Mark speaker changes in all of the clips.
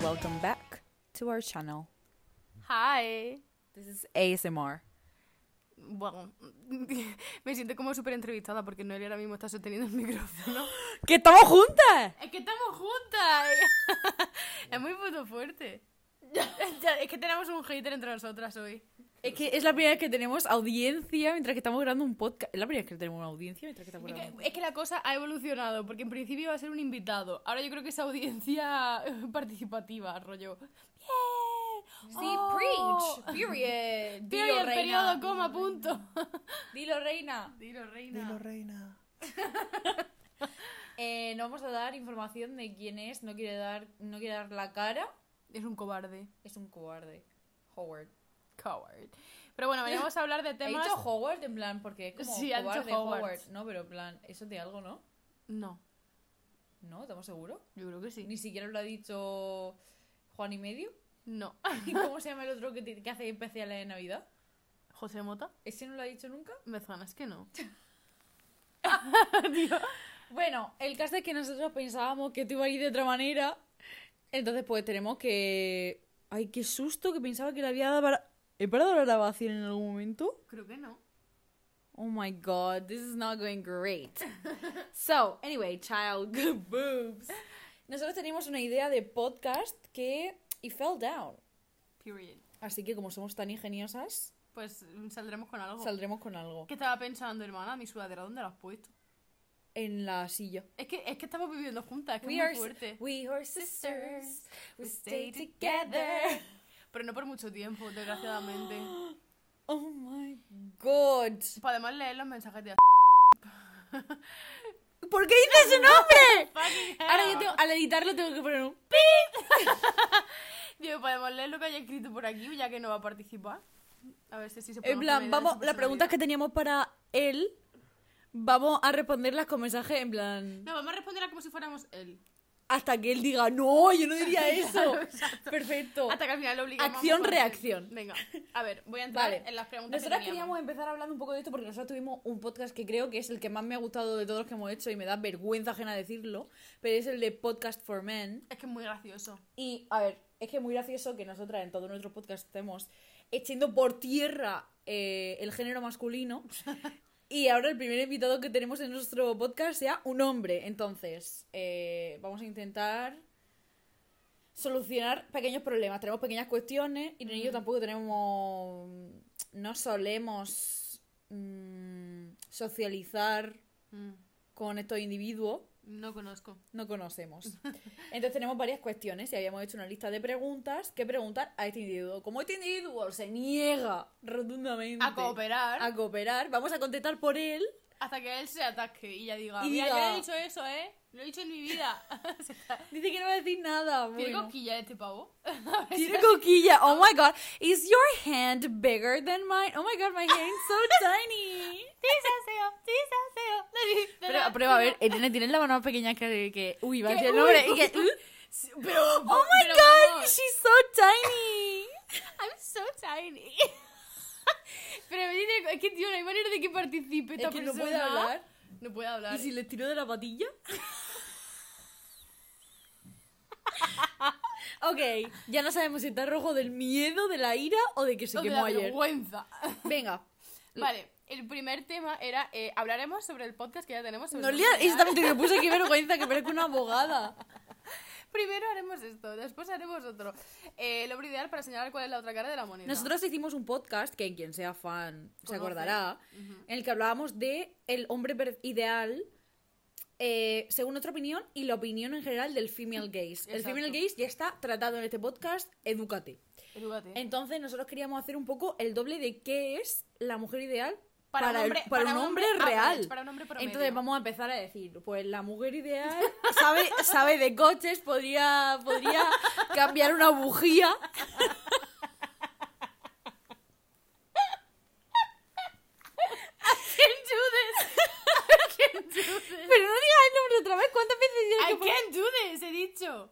Speaker 1: welcome back to our channel.
Speaker 2: Hi.
Speaker 1: This is ASMR.
Speaker 2: Bueno, me siento como súper entrevistada porque Noelia ahora mismo está sosteniendo el micrófono.
Speaker 1: ¡Que estamos juntas!
Speaker 2: Es que estamos juntas. es muy puto fuerte. es que tenemos un hater entre nosotras hoy.
Speaker 1: Es que es la primera vez que tenemos audiencia mientras que estamos grabando un podcast. Es la primera vez que tenemos una audiencia mientras que estamos
Speaker 2: Es
Speaker 1: grabando.
Speaker 2: que, es que la cosa ha evolucionado porque en principio iba a ser un invitado. Ahora yo creo que es audiencia participativa, rollo.
Speaker 3: Sí,
Speaker 2: Oh.
Speaker 3: preach, period.
Speaker 2: Tío, y el periodo coma, punto.
Speaker 3: Dilo, reina.
Speaker 2: Dilo, reina.
Speaker 4: Dilo, reina.
Speaker 3: Eh, no vamos a dar información de quién es, no quiere dar, no quiere dar la cara.
Speaker 2: Es un cobarde.
Speaker 3: Es un cobarde. Howard.
Speaker 2: Coward. Pero bueno, veníamos a hablar de
Speaker 3: ¿Ha
Speaker 2: temas.
Speaker 3: dicho Howard en plan? Porque es como
Speaker 2: Sí, ha dicho
Speaker 3: cobarde
Speaker 2: Howard.
Speaker 3: Howard. No, pero en plan, eso es de algo, ¿no?
Speaker 2: No,
Speaker 3: ¿No? ¿Estamos seguros?
Speaker 2: yo creo que sí.
Speaker 3: Ni siquiera lo ha dicho Juan y medio.
Speaker 2: No.
Speaker 3: ¿Y cómo se llama el otro que, ti- que hace especiales de Navidad?
Speaker 2: José Mota,
Speaker 3: ¿Ese no lo ha dicho nunca?
Speaker 2: me es que no.
Speaker 3: Bueno, el caso es que nosotros pensábamos que tú ibas a ir de otra manera.
Speaker 1: Entonces, pues tenemos que. ¡Ay, qué susto! Que pensaba que le había dado para. ¿He parado la grabación en algún momento?
Speaker 2: Creo que no.
Speaker 1: Oh my god, this is not going great. so, anyway, child, good boobs. Nosotros teníamos una idea de podcast que. It fell down.
Speaker 2: Period.
Speaker 1: Así que, como somos tan ingeniosas,
Speaker 2: Pues mm, saldremos con
Speaker 3: Oh.
Speaker 2: algo.
Speaker 1: saldremos con algo.
Speaker 2: ¿Qué estaba pensando, hermana? Mi sudadera, ¿dónde la has puesto?
Speaker 1: En la silla.
Speaker 2: Es que, es que estamos viviendo juntas, es que
Speaker 1: We
Speaker 2: es
Speaker 1: are,
Speaker 2: muy fuerte.
Speaker 1: we are sisters, we stay together.
Speaker 2: Pero no por mucho tiempo, desgraciadamente.
Speaker 1: Oh my god.
Speaker 2: Podemos leer los mensajes de
Speaker 1: ¿Por qué dices su nombre?
Speaker 2: Fucking hell.
Speaker 1: Ahora yo tengo, al editarlo tengo que poner un pi.
Speaker 2: Digo, podemos leer lo que haya escrito por aquí, ya que no va a participar. A ver si así se puede.
Speaker 1: En plan, vamos, las preguntas que teníamos para él, vamos a responderlas con mensaje en plan.
Speaker 2: No, vamos a responder como si fuéramos él.
Speaker 1: Hasta que él diga, no, yo no diría eso. Perfecto.
Speaker 2: Hasta que al final lo obligamos.
Speaker 1: Acción,
Speaker 2: a hacer.
Speaker 1: reacción.
Speaker 2: Venga, a ver, voy a entrar
Speaker 1: Vale.
Speaker 2: en las preguntas
Speaker 1: Nosotras
Speaker 2: que
Speaker 1: queríamos
Speaker 2: teníamos.
Speaker 1: empezar hablando un poco de esto porque nosotros tuvimos un podcast que creo que es el que más me ha gustado de todos los que hemos hecho y me da vergüenza ajena decirlo, pero es el de Podcast for Men.
Speaker 2: Es que es muy gracioso.
Speaker 1: Y, a ver, es que es muy gracioso que nosotras en todo nuestro podcast estemos echando por tierra eh, el género masculino y ahora el primer invitado que tenemos en nuestro podcast sea un hombre. Entonces, eh, vamos a intentar solucionar pequeños problemas. Tenemos pequeñas cuestiones y nosotros tampoco tenemos... No solemos mm, socializar
Speaker 2: Mm,
Speaker 1: con estos individuos
Speaker 2: No conozco.
Speaker 1: no conocemos. Entonces tenemos varias cuestiones y habíamos hecho una lista de preguntas que preguntar a este individuo. Como este individuo se niega rotundamente
Speaker 2: A cooperar.
Speaker 1: a cooperar, vamos a contestar por él.
Speaker 2: Hasta que él se ataque y ya diga,
Speaker 1: Y
Speaker 2: mira, yo
Speaker 1: diga-
Speaker 2: no he dicho eso, ¿eh? Lo he dicho en mi vida. Se está-
Speaker 1: Dice que no va a decir nada.
Speaker 2: ¿Tiene
Speaker 1: bueno.
Speaker 2: coquilla este pavo?
Speaker 1: Tiene coquilla. Oh my god. Is your hand bigger than mine? Oh my god, my hand's so tiny. Pero, pero a ver, Irene, tienes la mano más pequeña que. que uy, va a
Speaker 2: Que-
Speaker 1: decir el
Speaker 2: uy,
Speaker 1: nombre. y
Speaker 2: uy.
Speaker 1: que, uh,
Speaker 2: Pero,
Speaker 1: oh my
Speaker 2: pero
Speaker 1: god,
Speaker 2: vamos,
Speaker 1: she's so tiny.
Speaker 2: I'm so tiny. pero mira, es que, tío, no hay manera de que participe esta
Speaker 1: Es que no
Speaker 2: persona.
Speaker 1: puede hablar.
Speaker 2: No puede hablar.
Speaker 1: ¿Y si le tiro de la patilla? ok, ya no sabemos si está rojo del miedo, de la ira o de que se
Speaker 2: Oh, me da
Speaker 1: quemó ayer.
Speaker 2: vergüenza.
Speaker 1: Venga.
Speaker 2: Vale, el primer tema era, eh, hablaremos sobre el podcast que ya tenemos. sobre
Speaker 1: No
Speaker 2: el
Speaker 1: lia-
Speaker 2: podcast.
Speaker 1: Eso también te digo, puse qué vergüenza, que parezco una abogada.
Speaker 2: Primero haremos esto, después haremos otro. Eh, lo ideal para señalar cuál es la otra cara de la moneda.
Speaker 1: Nosotros hicimos un podcast, que quien sea fan se
Speaker 2: Conoce.
Speaker 1: acordará, en el que hablábamos de el hombre per- ideal eh, según nuestra opinión y la opinión en general del female gaze. El
Speaker 2: Exacto.
Speaker 1: female gaze ya está tratado en este podcast, edúcate.
Speaker 2: Edúcate.
Speaker 1: Entonces nosotros queríamos hacer un poco el doble de qué es la mujer ideal
Speaker 2: Para
Speaker 1: para,
Speaker 2: un
Speaker 1: el-
Speaker 2: hombre-
Speaker 1: para
Speaker 2: para
Speaker 1: un
Speaker 2: un
Speaker 1: hombre
Speaker 2: hombre
Speaker 1: real.
Speaker 2: average, para un hombre promedio.
Speaker 1: Entonces vamos a empezar a decir, pues la mujer ideal sabe, sabe de coches, podría, podría cambiar una bujía.
Speaker 2: I can't do this. I can't do this.
Speaker 1: Pero no digas el nombre otra vez, ¿cuántas veces
Speaker 2: I
Speaker 1: tienes que poner-
Speaker 2: can't do this, he dicho.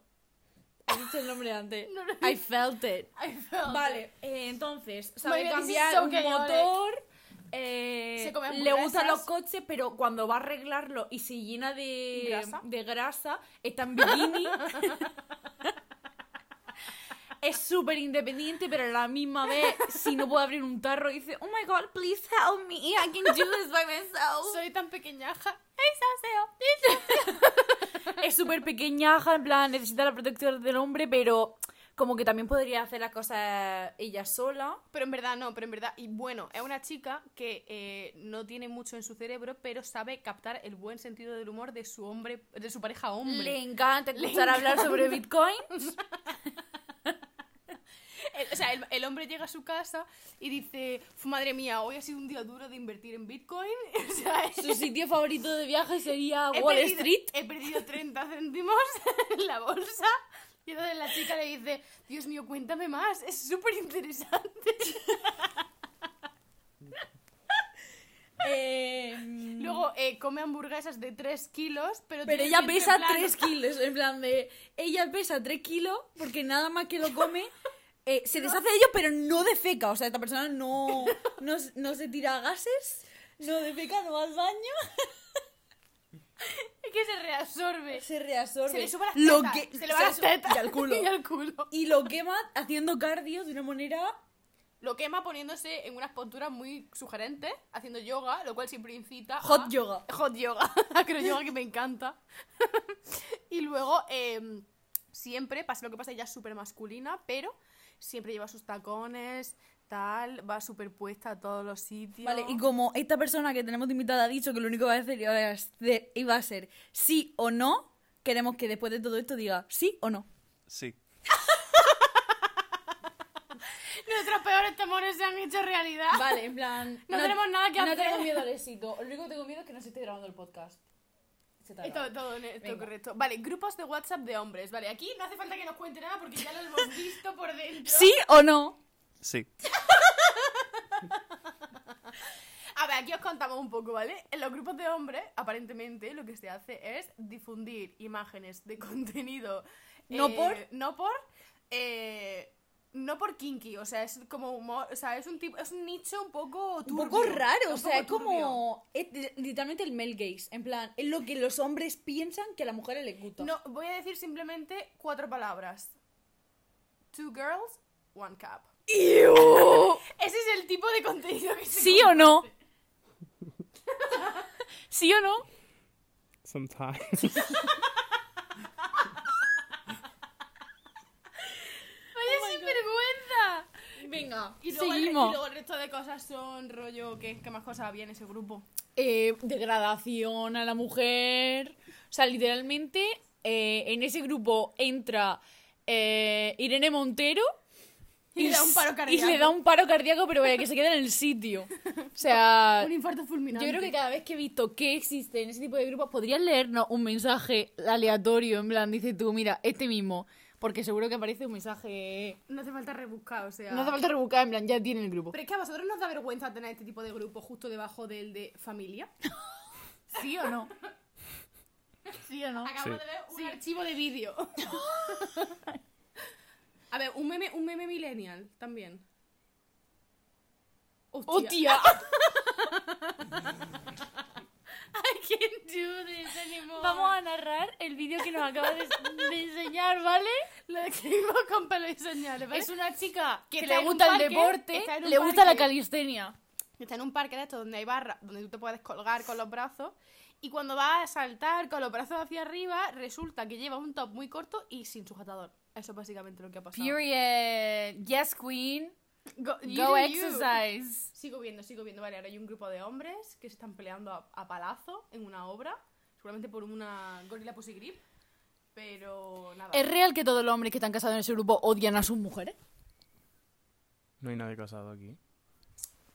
Speaker 1: Has dicho el nombre antes.
Speaker 2: No, no.
Speaker 1: I felt it.
Speaker 2: I felt
Speaker 1: Vale, eh, entonces,
Speaker 2: Madre
Speaker 1: sabe
Speaker 2: mía, this is
Speaker 1: cambiar
Speaker 2: so
Speaker 1: un
Speaker 2: chaotic.
Speaker 1: motor. eh,
Speaker 2: Se come
Speaker 1: le
Speaker 2: hamburguesas.
Speaker 1: gustan los coches, pero cuando va a arreglarlo y se llena de
Speaker 2: Grasa.
Speaker 1: de grasa, está en bikini.
Speaker 5: es súper independiente, pero a la misma vez, si no puedo abrir un tarro, dice, oh my god, please help me, I can do this by myself.
Speaker 2: Soy tan pequeñaja.
Speaker 5: es súper pequeñaja, en plan, necesita la protección del hombre, pero como que también podría hacer las cosas ella sola.
Speaker 2: Pero en verdad no, pero en verdad. Y bueno, es una chica que eh, no tiene mucho en su cerebro, pero sabe captar el buen sentido del humor de su hombre, de su pareja hombre.
Speaker 5: Le encanta escuchar hablar sobre Bitcoin.
Speaker 2: El- o sea, el, el hombre llega a su casa y dice, "Fu, madre mía, hoy ha sido un día duro de invertir en Bitcoin. O sea, he-
Speaker 5: Su sitio favorito de viaje sería
Speaker 2: he
Speaker 5: Wall
Speaker 2: perdido-
Speaker 5: Street.
Speaker 2: He perdido 30 céntimos en la bolsa. Y entonces la chica le dice, Dios mío, cuéntame más, es súper interesante. Luego eh, come hamburguesas de 3 kilos, pero...
Speaker 5: Mm. Pero
Speaker 2: tiene
Speaker 5: ella
Speaker 2: siempre
Speaker 5: pesa
Speaker 2: en plan-
Speaker 5: 3 kilos, en plan de... Ella pesa 3 kilos porque nada más que lo come eh, se deshace de ello, pero no defeca. O sea, esta persona no, no, s- no se tira gases, no defeca, no va al baño,
Speaker 2: Es que se reabsorbe.
Speaker 5: se reabsorbe.
Speaker 2: Se le sube las
Speaker 5: Lo
Speaker 2: tetas,
Speaker 5: que-
Speaker 2: se le va las
Speaker 5: su-
Speaker 2: tetas.
Speaker 5: Y al culo.
Speaker 2: Y al culo.
Speaker 5: Y lo quema haciendo cardio de una manera...
Speaker 2: Lo quema poniéndose en unas posturas muy sugerentes, haciendo yoga, lo cual siempre incita
Speaker 5: Hot
Speaker 2: a...
Speaker 5: yoga.
Speaker 2: Hot yoga, acro yoga que me encanta. y luego, eh, siempre, pasa lo que pasa, ella es súper masculina, pero siempre lleva sus tacones, tal, va súper puesta a todos los sitios.
Speaker 5: Vale, y como esta persona que tenemos de invitada ha dicho que lo único que va a decir iba a ser- iba a ser sí o no, queremos que después de todo esto diga sí o no.
Speaker 4: Sí.
Speaker 2: Nuestros peores temores se han hecho realidad.
Speaker 1: Vale, en plan.
Speaker 2: No tenemos nada que
Speaker 1: no
Speaker 2: hacer.
Speaker 1: tenemos miedo al éxito. Lo único que tengo miedo es que no se esté grabando el podcast. Se te ha
Speaker 2: Esto,
Speaker 1: grabado.
Speaker 2: todo, en- esto
Speaker 1: Venga.
Speaker 2: correcto. Vale, grupos de WhatsApp de hombres. Vale, aquí no hace falta que nos cuente nada porque ya lo hemos visto por dentro.
Speaker 5: ¿Sí o no?
Speaker 4: Sí.
Speaker 2: A ver, aquí os contamos un poco, ¿vale? En los grupos de hombres, aparentemente, lo que se hace es difundir imágenes de contenido.
Speaker 5: No por.
Speaker 2: No por. eh, no por kinky, o sea, es como humor. O sea, es un, tipo, es un nicho un poco
Speaker 5: Un
Speaker 2: turbio.
Speaker 5: poco raro,
Speaker 2: un
Speaker 5: o sea, es
Speaker 2: poco turbio.
Speaker 5: como. Es li- literalmente el male gaze. En plan, es lo que los hombres piensan que a las mujeres les gusta.
Speaker 2: No, voy a decir simplemente cuatro palabras: Two girls, one cup. Ese es el tipo de contenido que se
Speaker 5: ¿Sí o no? ¿Sí o no?
Speaker 6: Sometimes.
Speaker 2: ¡Vaya vergüenza!
Speaker 5: Venga,
Speaker 2: Y luego, el, y
Speaker 5: seguimos.
Speaker 2: luego el resto de cosas son rollo que qué más cosas había en ese grupo.
Speaker 1: Eh, degradación a la mujer. O sea, literalmente eh, en ese grupo entra eh, Irene Montero
Speaker 2: Y le da un paro
Speaker 1: y
Speaker 2: cardíaco.
Speaker 1: le da un paro cardíaco, pero vaya, que se queda en el sitio. O sea,
Speaker 2: Un infarto fulminante.
Speaker 1: yo creo que cada vez que he visto que existen ese tipo de grupos, podrías leernos un mensaje aleatorio, en plan, dice tú, mira, este mismo. Porque seguro que aparece un mensaje...
Speaker 2: no hace falta rebuscar, o sea.
Speaker 1: No hace falta rebuscar, en plan, ya tiene el grupo.
Speaker 2: Pero es que a vosotros nos da vergüenza tener este tipo de grupo justo debajo del de familia.
Speaker 5: ¿Sí o no? ¿Sí o no?
Speaker 2: Acabo
Speaker 4: Sí.
Speaker 2: de ver un archivo de vídeo. a ver, un meme, un meme millennial también. Hostia.
Speaker 1: ¡Hostia!
Speaker 2: I can't do this anymore.
Speaker 5: Vamos a narrar el vídeo que nos acaba de, de enseñar, ¿vale?
Speaker 2: Lo describimos con pelo y señales, ¿vale?
Speaker 5: Es una chica que,
Speaker 2: Que está
Speaker 5: le
Speaker 2: en un
Speaker 5: gusta el
Speaker 2: parque,
Speaker 5: deporte,
Speaker 2: está en un
Speaker 5: le gusta la
Speaker 2: parque.
Speaker 5: calistenia.
Speaker 2: Está en un parque de estos donde hay barra, donde tú te puedes colgar con los brazos. Y cuando va a saltar con los brazos hacia arriba, resulta que lleva un top muy corto y sin sujetador. Eso es básicamente lo que ha pasado.
Speaker 5: Period. Yes, queen.
Speaker 2: Go, you
Speaker 5: Go
Speaker 2: do you.
Speaker 5: exercise.
Speaker 2: Sigo viendo, sigo viendo. Vale, ahora hay un grupo de hombres que se están peleando a, a palazo en una obra. Seguramente por una gorila pussy grip. Pero nada.
Speaker 1: ¿Es real que todos los hombres que están casados en ese grupo odian a sus mujeres?
Speaker 6: No hay nadie casado aquí.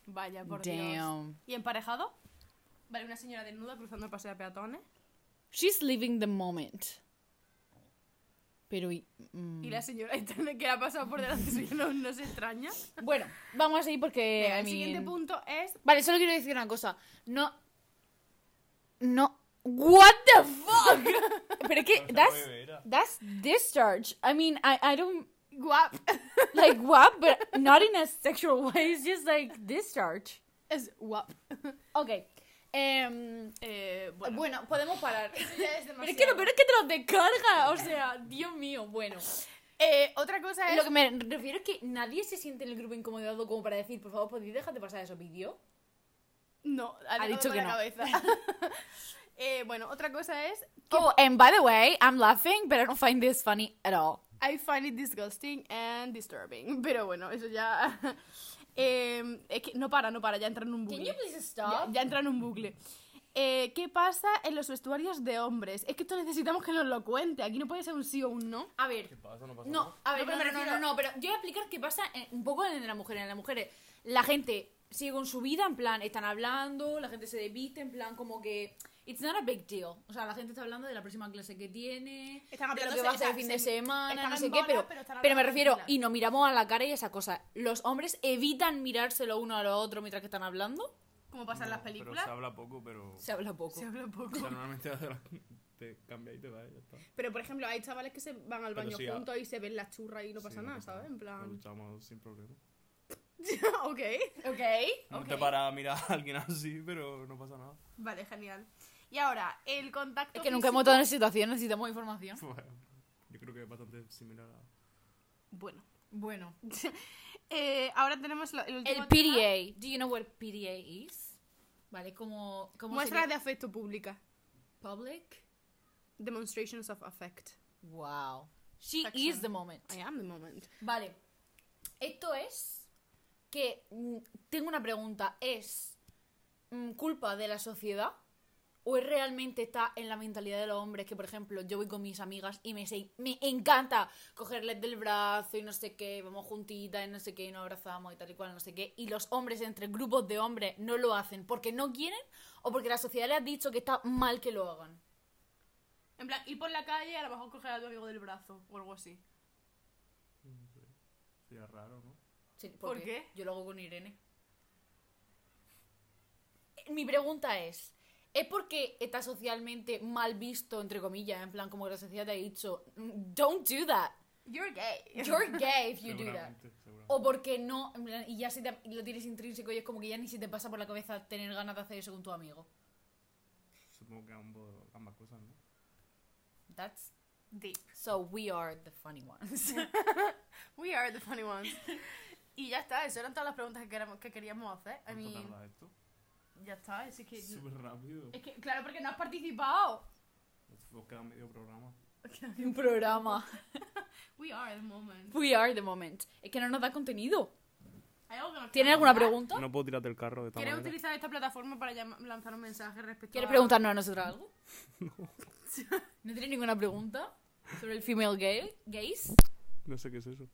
Speaker 2: Vaya, por Dios.
Speaker 1: Damn.
Speaker 2: ¿Y emparejado? Vale, una señora desnuda cruzando el paseo de peatones.
Speaker 1: She's living the moment. Pero... y- mm.
Speaker 2: Y la señora internet que la ha pasado por delante suyo no, no se extraña.
Speaker 1: Bueno, vamos a seguir porque...
Speaker 2: Venga,
Speaker 1: Eh, I
Speaker 2: el
Speaker 1: mean-
Speaker 2: siguiente punto es.
Speaker 1: Vale, solo quiero decir una cosa. No... No... What the fuck? Pero es que... That's, that's discharge. I mean, I, I don't...
Speaker 2: Guap.
Speaker 1: Like, what? But not in a sexual way. It's just like discharge.
Speaker 2: Es guap.
Speaker 1: Ok. em,
Speaker 2: Eh, bueno.
Speaker 1: bueno, podemos parar.
Speaker 2: eso ya es
Speaker 1: Pero es que lo
Speaker 2: demasiado.
Speaker 1: peor es que te los descarga. O sea, Dios mío, bueno.
Speaker 2: Eh, otra cosa es.
Speaker 1: Lo que me refiero es que nadie se siente en el grupo incomodado como para decir, por favor, podéis déjate pasar eso, vídeo.
Speaker 2: No, ha,
Speaker 1: dicho que
Speaker 2: la
Speaker 1: no.
Speaker 2: cabeza. Eh, bueno, otra cosa es.
Speaker 1: Oh, and by the way, I'm laughing, but I don't find this funny at all.
Speaker 2: I find it disgusting and disturbing. Pero bueno, eso ya. Eh, es que no para, no para, ya entra en un bucle.
Speaker 1: please
Speaker 2: Ya, ya entra en un bucle. Eh, ¿Qué pasa en los vestuarios de hombres? Es que esto necesitamos que nos lo cuente. Aquí no puede ser un sí o un no.
Speaker 1: A ver,
Speaker 6: pasa? No pasa
Speaker 1: no, a ver,
Speaker 2: No,
Speaker 1: no,
Speaker 2: pero
Speaker 1: no,
Speaker 2: me
Speaker 1: no,
Speaker 2: refiero-
Speaker 1: no, no, pero yo voy a explicar qué pasa en- un poco en las mujeres. En las mujeres, la gente sigue con su vida, en plan, están hablando, la gente se desviste, en plan, como que. It's not a big deal. O sea, la gente está hablando de la próxima clase que tiene,
Speaker 2: Están
Speaker 1: de lo
Speaker 2: hablando,
Speaker 1: que va a
Speaker 2: o sea,
Speaker 1: hacer el fin de
Speaker 2: se-
Speaker 1: semana,
Speaker 2: están
Speaker 1: no
Speaker 2: en
Speaker 1: sé qué,
Speaker 2: bola,
Speaker 1: pero,
Speaker 2: pero están
Speaker 1: pero me
Speaker 2: hablando
Speaker 1: refiero,
Speaker 2: tranquilas.
Speaker 1: y nos miramos a la cara y esa cosa. Los hombres evitan mirárselo uno a lo otro mientras que están hablando.
Speaker 2: Como pasa en las películas.
Speaker 6: se habla poco, pero.
Speaker 1: Se habla poco.
Speaker 2: Se habla poco.
Speaker 6: o sea, normalmente vas a la- te cambia y te vas y ya está.
Speaker 2: Pero por ejemplo, hay chavales que se van al
Speaker 6: Pero
Speaker 2: baño
Speaker 6: sí, ah.
Speaker 2: juntos y se ven la churra y no pasa
Speaker 6: Sí,
Speaker 2: nada, ¿sabes? En
Speaker 6: Lo
Speaker 2: plan.
Speaker 6: luchamos sin problema.
Speaker 2: ok.
Speaker 1: Ok.
Speaker 6: No te para a mirar a alguien así, pero no pasa nada.
Speaker 2: Vale, genial. Y ahora, el contacto.
Speaker 1: Es que nunca
Speaker 2: físico-
Speaker 1: hemos estado en esa situación, necesitamos
Speaker 2: Ah,
Speaker 1: información.
Speaker 6: Bueno, yo creo que es bastante similar a.
Speaker 2: Bueno.
Speaker 1: Bueno.
Speaker 2: Eh, ahora tenemos lo- el último. tema.
Speaker 1: El PDA. Do you know what PDA is? Vale, como... como
Speaker 2: Muestras
Speaker 1: sería-
Speaker 2: de afecto pública.
Speaker 1: Public.
Speaker 2: Demonstrations of affect.
Speaker 1: Wow. She
Speaker 2: Section.
Speaker 1: is the moment.
Speaker 2: I am the moment.
Speaker 1: Vale. Esto es que mm, tengo una pregunta. ¿Es mm, culpa de la sociedad? ¿O es realmente está en la mentalidad de los hombres que, por ejemplo, yo voy con mis amigas y me, se- me encanta cogerles del brazo y no sé qué, vamos juntitas y no sé qué, y nos abrazamos y tal y cual, no sé qué, y los hombres entre grupos de hombres no lo hacen porque no quieren o porque la sociedad les ha dicho que está mal que lo hagan?
Speaker 2: En plan, ir por la calle, a lo mejor coger a tu amigo del brazo o algo así.
Speaker 6: Sería raro, ¿no?
Speaker 1: Sí,
Speaker 2: ¿Por
Speaker 1: porque
Speaker 2: qué?
Speaker 1: Yo lo hago con Irene. Eh, Mi pregunta es, ¿es porque está socialmente mal visto, entre comillas, en plan como que la sociedad te ha dicho, "Mm, don't do that,
Speaker 2: You're gay.
Speaker 1: you're gay if you do that?
Speaker 6: seguramente, seguramente.
Speaker 2: Oh.
Speaker 1: O porque no, en plan, y ya se te- lo tienes intrínseco y es como que ya ni se te pasa por la cabeza tener ganas de hacer eso con tu amigo.
Speaker 6: Supongo que ambos, ambas cosas, ¿no?
Speaker 1: That's...
Speaker 2: Deep.
Speaker 1: So we are the funny ones.
Speaker 2: We are the funny ones. y ya está, eso eran todas las preguntas que queríamos, que queríamos hacer. I
Speaker 6: ¿Cuánto
Speaker 2: mean,
Speaker 6: tarda esto?
Speaker 2: ya está, es que.
Speaker 6: Súper rápido.
Speaker 2: Es que, claro, porque no has participado.
Speaker 6: Nos queda medio programa.
Speaker 1: Un programa.
Speaker 2: We are the moment.
Speaker 1: We are the moment. Es que no nos da contenido.
Speaker 2: ¿Hay algo que nos
Speaker 1: ¿Tienes
Speaker 2: quieras
Speaker 1: alguna
Speaker 2: contar?
Speaker 1: pregunta?
Speaker 6: No puedo tirar del carro de esta
Speaker 2: ¿Quieres
Speaker 6: manera.
Speaker 2: utilizar esta plataforma para llam- lanzar un mensaje respecto
Speaker 1: ¿Quieres
Speaker 2: a-
Speaker 1: preguntarnos a nosotros algo? No. ¿No tienes ninguna pregunta sobre el female gay, gays?
Speaker 6: No sé qué es eso.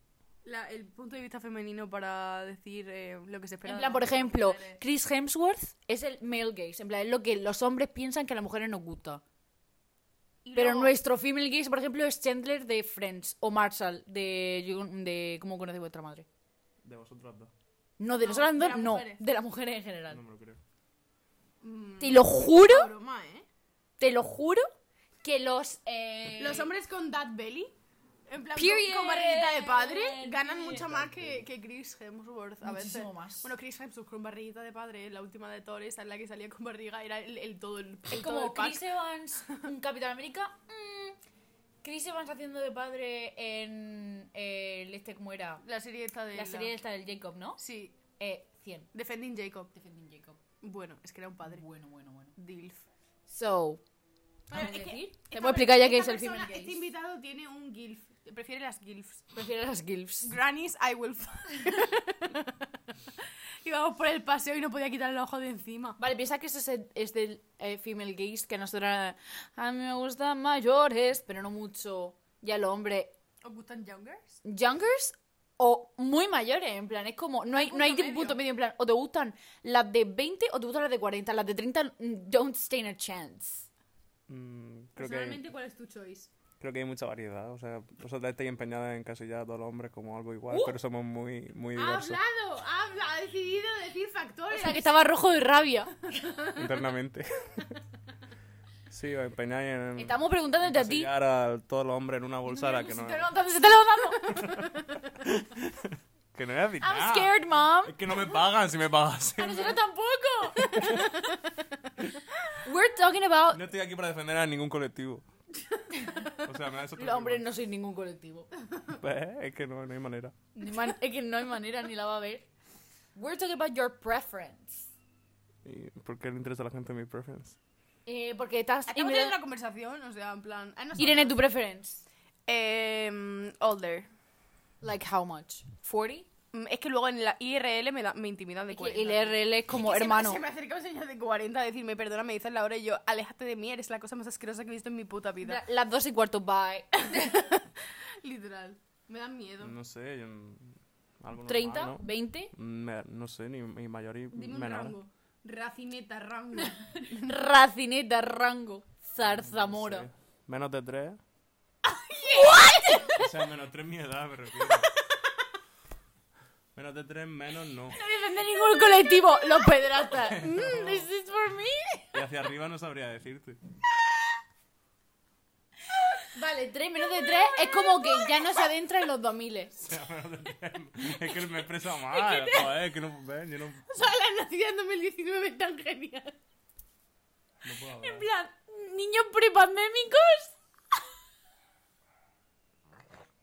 Speaker 2: la- el punto de vista femenino para decir eh, lo que se espera?
Speaker 1: En
Speaker 2: de las
Speaker 1: plan, por ejemplo,
Speaker 2: mujeres?
Speaker 1: Chris Hemsworth es el male gays. En plan, es lo que los hombres piensan que a las mujeres nos gusta.
Speaker 2: Y
Speaker 1: Pero
Speaker 2: luego-
Speaker 1: nuestro female gays, por ejemplo, es Chandler de Friends o Marshall de, de ¿Cómo conoce vuestra madre?
Speaker 6: De vosotras dos.
Speaker 1: No, de
Speaker 2: No,
Speaker 1: nosotras
Speaker 2: de
Speaker 1: dos,
Speaker 2: las
Speaker 1: no.
Speaker 2: mujeres.
Speaker 1: De las mujeres en general.
Speaker 6: No me lo creo.
Speaker 2: Mm,
Speaker 1: Te lo juro,
Speaker 2: broma, ¿eh?
Speaker 1: te lo juro, que los... eh,
Speaker 2: Los hombres con dad belly, en plan
Speaker 1: Period.
Speaker 2: con barriguita de padre, ganan
Speaker 1: Period.
Speaker 2: mucho más que, que Chris Hemsworth a veces.
Speaker 1: Muchísimo más.
Speaker 2: Bueno, Chris Hemsworth con barriguita de padre, la última de Thor, esa en la que salía con barriga, era el, el todo el,
Speaker 1: Es
Speaker 2: el todo el
Speaker 1: como
Speaker 2: pack.
Speaker 1: Chris Evans, un Capitán América. mm, Chris Evans haciendo de padre en eh, el este, ¿cómo era?
Speaker 2: La serie esta de
Speaker 1: La serie esta del Jacob, ¿no?
Speaker 2: Sí,
Speaker 1: Eh, 100.
Speaker 2: Defending Jacob.
Speaker 1: Defending Jacob.
Speaker 2: Bueno, es que era un padre.
Speaker 1: Bueno, bueno, bueno.
Speaker 2: Dilf.
Speaker 1: So,
Speaker 2: Bueno,
Speaker 1: ¿Quieres
Speaker 2: es que
Speaker 1: decir? Te
Speaker 2: esta
Speaker 1: puedo explicar ya
Speaker 2: per-
Speaker 1: que es
Speaker 2: esta
Speaker 1: el female
Speaker 2: persona-
Speaker 1: gaze.
Speaker 2: Este invitado tiene un gilf, prefiere las gilfs.
Speaker 1: Prefiero las gilfs.
Speaker 2: Grannies, I will f- Íbamos por el paseo y no podía quitar el ojo de encima.
Speaker 1: Vale, piensa que eso es, es del eh, female gaze, que a nosotros a mí me gustan mayores, pero no mucho. Y al hombre,
Speaker 2: ¿Os gustan youngers?
Speaker 1: youngers o muy mayores, en plan, es como, no hay, no hay
Speaker 2: punto
Speaker 1: de
Speaker 2: medio.
Speaker 1: punto medio, en plan, o te gustan las de 20 o te gustan las de 40, las de 30, mm, don't stand a chance.
Speaker 6: Mm,
Speaker 2: Pues
Speaker 6: creo,
Speaker 2: Personalmente,
Speaker 6: que,
Speaker 2: ¿cuál es tu choice?
Speaker 6: creo que hay mucha variedad. O sea, vosotras estáis empeñadas en casillar a todos los hombres como algo igual,
Speaker 1: ¡Uh!
Speaker 6: pero somos muy, muy
Speaker 2: Ha
Speaker 6: diversos
Speaker 2: hablado, ha, habla- ha decidido decir
Speaker 1: O
Speaker 2: factores.
Speaker 1: sea, que estaba rojo de rabia.
Speaker 6: internamente. sí, os empeñáis en
Speaker 1: Estamos preguntándote a ti.
Speaker 6: encasillar a todos los hombres en una bolsa a la que no,
Speaker 1: Se está levantando, se está levantando.
Speaker 6: que no es
Speaker 1: I'm
Speaker 6: nada.
Speaker 1: scared, mom.
Speaker 6: Ah. Es que no me pagan si me
Speaker 1: A
Speaker 6: pagasen.
Speaker 1: nosotros tampoco. We're talking about
Speaker 6: No estoy aquí para defender a ningún colectivo. O sea, me da eso
Speaker 1: Los hombres no sois ningún colectivo.
Speaker 6: Pues, es que no, no hay manera.
Speaker 1: Ni man- es que no hay manera ni la va a ver. We're talking about your preference.
Speaker 6: ¿Y ¿Por qué le interesa a la gente mi preference?
Speaker 1: Eh, porque estás.
Speaker 2: Acabo de tener una conversación, o sea, en plan... ah, no sé.
Speaker 1: Irene, tu preference.
Speaker 2: Em, older.
Speaker 1: Like how much? 40?
Speaker 2: Mm, Es que luego en la IRL me, da, me intimidan de
Speaker 1: Y
Speaker 2: 40.
Speaker 1: el RL es como
Speaker 2: Y se me-
Speaker 1: hermano.
Speaker 2: Se me, acerca un señor de 40 a decirme, perdona, me dices la hora y yo, aléjate de mí, eres la cosa más asquerosa que he visto en mi puta vida.
Speaker 1: La- Las dos y cuarto, bye.
Speaker 2: Literal. Me dan miedo.
Speaker 6: No sé, yo... n- Algo normal,
Speaker 1: 30,
Speaker 6: ¿no?
Speaker 1: 20.
Speaker 6: Me- no sé, ni, ni mayor y
Speaker 2: Dime un
Speaker 6: menor.
Speaker 2: rango. Racineta, rango.
Speaker 1: Racineta, rango.
Speaker 6: No
Speaker 1: Zarzamora.
Speaker 6: sé, Menos de tres. O sea, menos tres mi edad, me refiero. Menos de tres, menos
Speaker 1: No
Speaker 6: no.
Speaker 1: defiende ningún colectivo. Los pedratas. Mm, this is for me.
Speaker 6: Y hacia arriba no sabría decirte.
Speaker 1: Vale, 3 menos de 3 es como que ya no se adentra en los 2000.
Speaker 6: O sea, menos de tres. Es que me he expresado mal, joder, es que no, ven, yo no, no
Speaker 2: O sea, la nacida en 2019 es tan genial.
Speaker 6: puedo hablar.
Speaker 1: En plan, niños prepandémicos.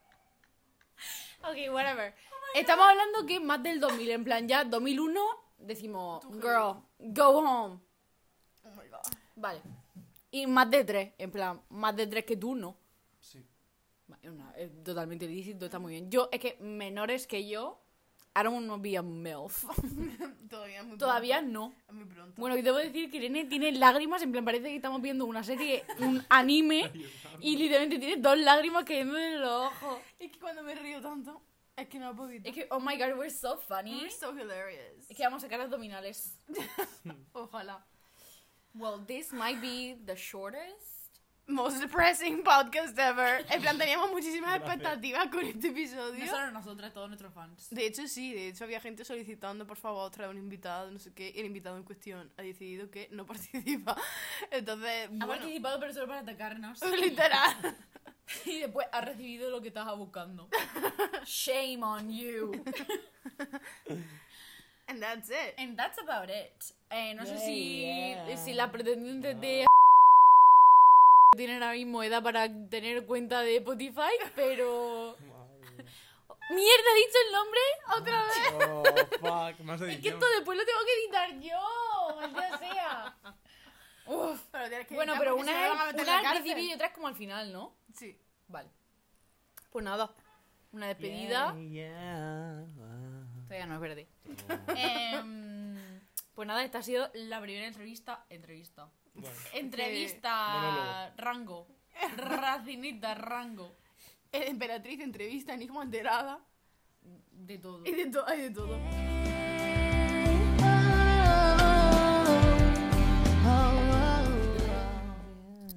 Speaker 1: ok, whatever. Estamos hablando que más del 2000, en plan ya 2001 decimos, girl, go home.
Speaker 2: Oh my god.
Speaker 1: Vale. Y más de tres, en plan, más de tres que tú no.
Speaker 6: Sí.
Speaker 1: Va, Es, una- es totalmente lícito, está muy bien. Yo, es que menores que yo, I don't wanna be a MILF.
Speaker 2: Todavía es muy
Speaker 1: Todavía no.
Speaker 2: pronto. Es muy pronto.
Speaker 1: Bueno, y debo decir que Irene tiene lágrimas, en plan parece que estamos viendo una serie, un anime, y literalmente tiene dos lágrimas cayendo de los ojos.
Speaker 2: Es que cuando me río tanto, es que no he podido.
Speaker 1: Es que, oh my god, we're so funny.
Speaker 2: You're so hilarious.
Speaker 1: Es que vamos a sacar abdominales.
Speaker 2: Ojalá.
Speaker 1: Well, this might be the shortest.
Speaker 2: Most depressing podcast ever. En plan, teníamos muchísimas expectativas con este episodio.
Speaker 7: nosotras, todos nuestros fans.
Speaker 2: De hecho, sí, de hecho había gente solicitando, por favor, traer un invitado, no sé qué, y el invitado en cuestión ha decidido que no participa. Entonces,
Speaker 1: Ah,
Speaker 7: Ha
Speaker 2: bueno,
Speaker 7: participado, pero solo para atacarnos.
Speaker 2: literal.
Speaker 7: y después ha recibido lo que estaba buscando.
Speaker 1: Shame on you.
Speaker 2: And that's it.
Speaker 7: And that's about it.
Speaker 1: Eh, no sé si,
Speaker 7: Yeah.
Speaker 1: si la pretendiente de tiene ahora mismo edad para tener cuenta de Spotify, pero... ¡Mierda, he dicho el nombre! ¡Otra vez!
Speaker 6: Oh, fuck, más
Speaker 1: Es que
Speaker 6: edición.
Speaker 1: esto después lo tengo que editar yo, maldita sea. Uf.
Speaker 2: Pero tienes que
Speaker 1: Bueno,
Speaker 2: evitar
Speaker 1: pero
Speaker 2: porque si no
Speaker 1: una
Speaker 2: la van a
Speaker 1: es
Speaker 2: meter en
Speaker 1: una
Speaker 2: la
Speaker 1: al
Speaker 2: cárcel.
Speaker 1: principio y otra es como al final, ¿no?
Speaker 2: Sí.
Speaker 1: Vale. Pues nada, una despedida.
Speaker 6: Yeah, yeah.
Speaker 1: Todavía no es verde. Em, pues nada, esta ha sido la primera entrevista. Entrevista.
Speaker 6: Bueno.
Speaker 1: Entrevista
Speaker 6: Monólogo.
Speaker 1: rango. Racinita rango.
Speaker 2: Eh, Emperatriz, entrevista, enigma enterada.
Speaker 1: De todo.
Speaker 2: Y de todo, hay de todo.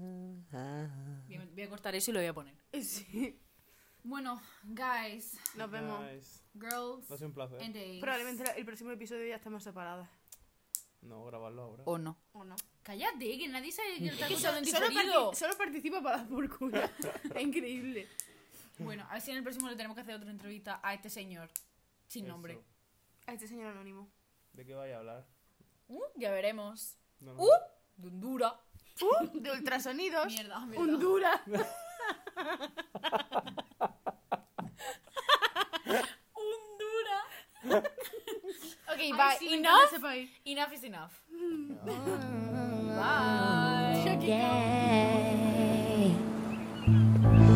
Speaker 1: Voy a- Voy a cortar eso y lo voy a poner.
Speaker 2: Eh, Sí.
Speaker 1: Bueno, guys,
Speaker 2: Nos vemos.
Speaker 6: Guys,
Speaker 1: girls,
Speaker 6: Ha sido un placer.
Speaker 1: and days.
Speaker 2: Probablemente la- el próximo episodio ya estemos separadas.
Speaker 6: No, grabarlo ahora.
Speaker 1: O no.
Speaker 2: ¿O no?
Speaker 1: Cállate, que nadie sabe que está
Speaker 2: Solo,
Speaker 1: escuchando en
Speaker 2: solo
Speaker 1: diferido.
Speaker 2: parti- solo participa para dar por culo. es increíble.
Speaker 1: Bueno, a ver si en el próximo le tenemos que hacer otra entrevista a este señor. Sin
Speaker 6: Eso.
Speaker 1: nombre.
Speaker 2: A este señor anónimo.
Speaker 6: ¿De qué vaya a hablar?
Speaker 1: Uh, ya veremos.
Speaker 6: No, no.
Speaker 1: Uh, de Honduras.
Speaker 2: Uh, de ultrasonidos.
Speaker 1: Mierda, oh, mierda.
Speaker 2: Honduras.
Speaker 1: Honduras. ok,
Speaker 2: Ay,
Speaker 1: bye.
Speaker 2: sí, me encanta
Speaker 1: enough.
Speaker 2: ese país.
Speaker 1: Enough is enough. bye.
Speaker 8: Yay.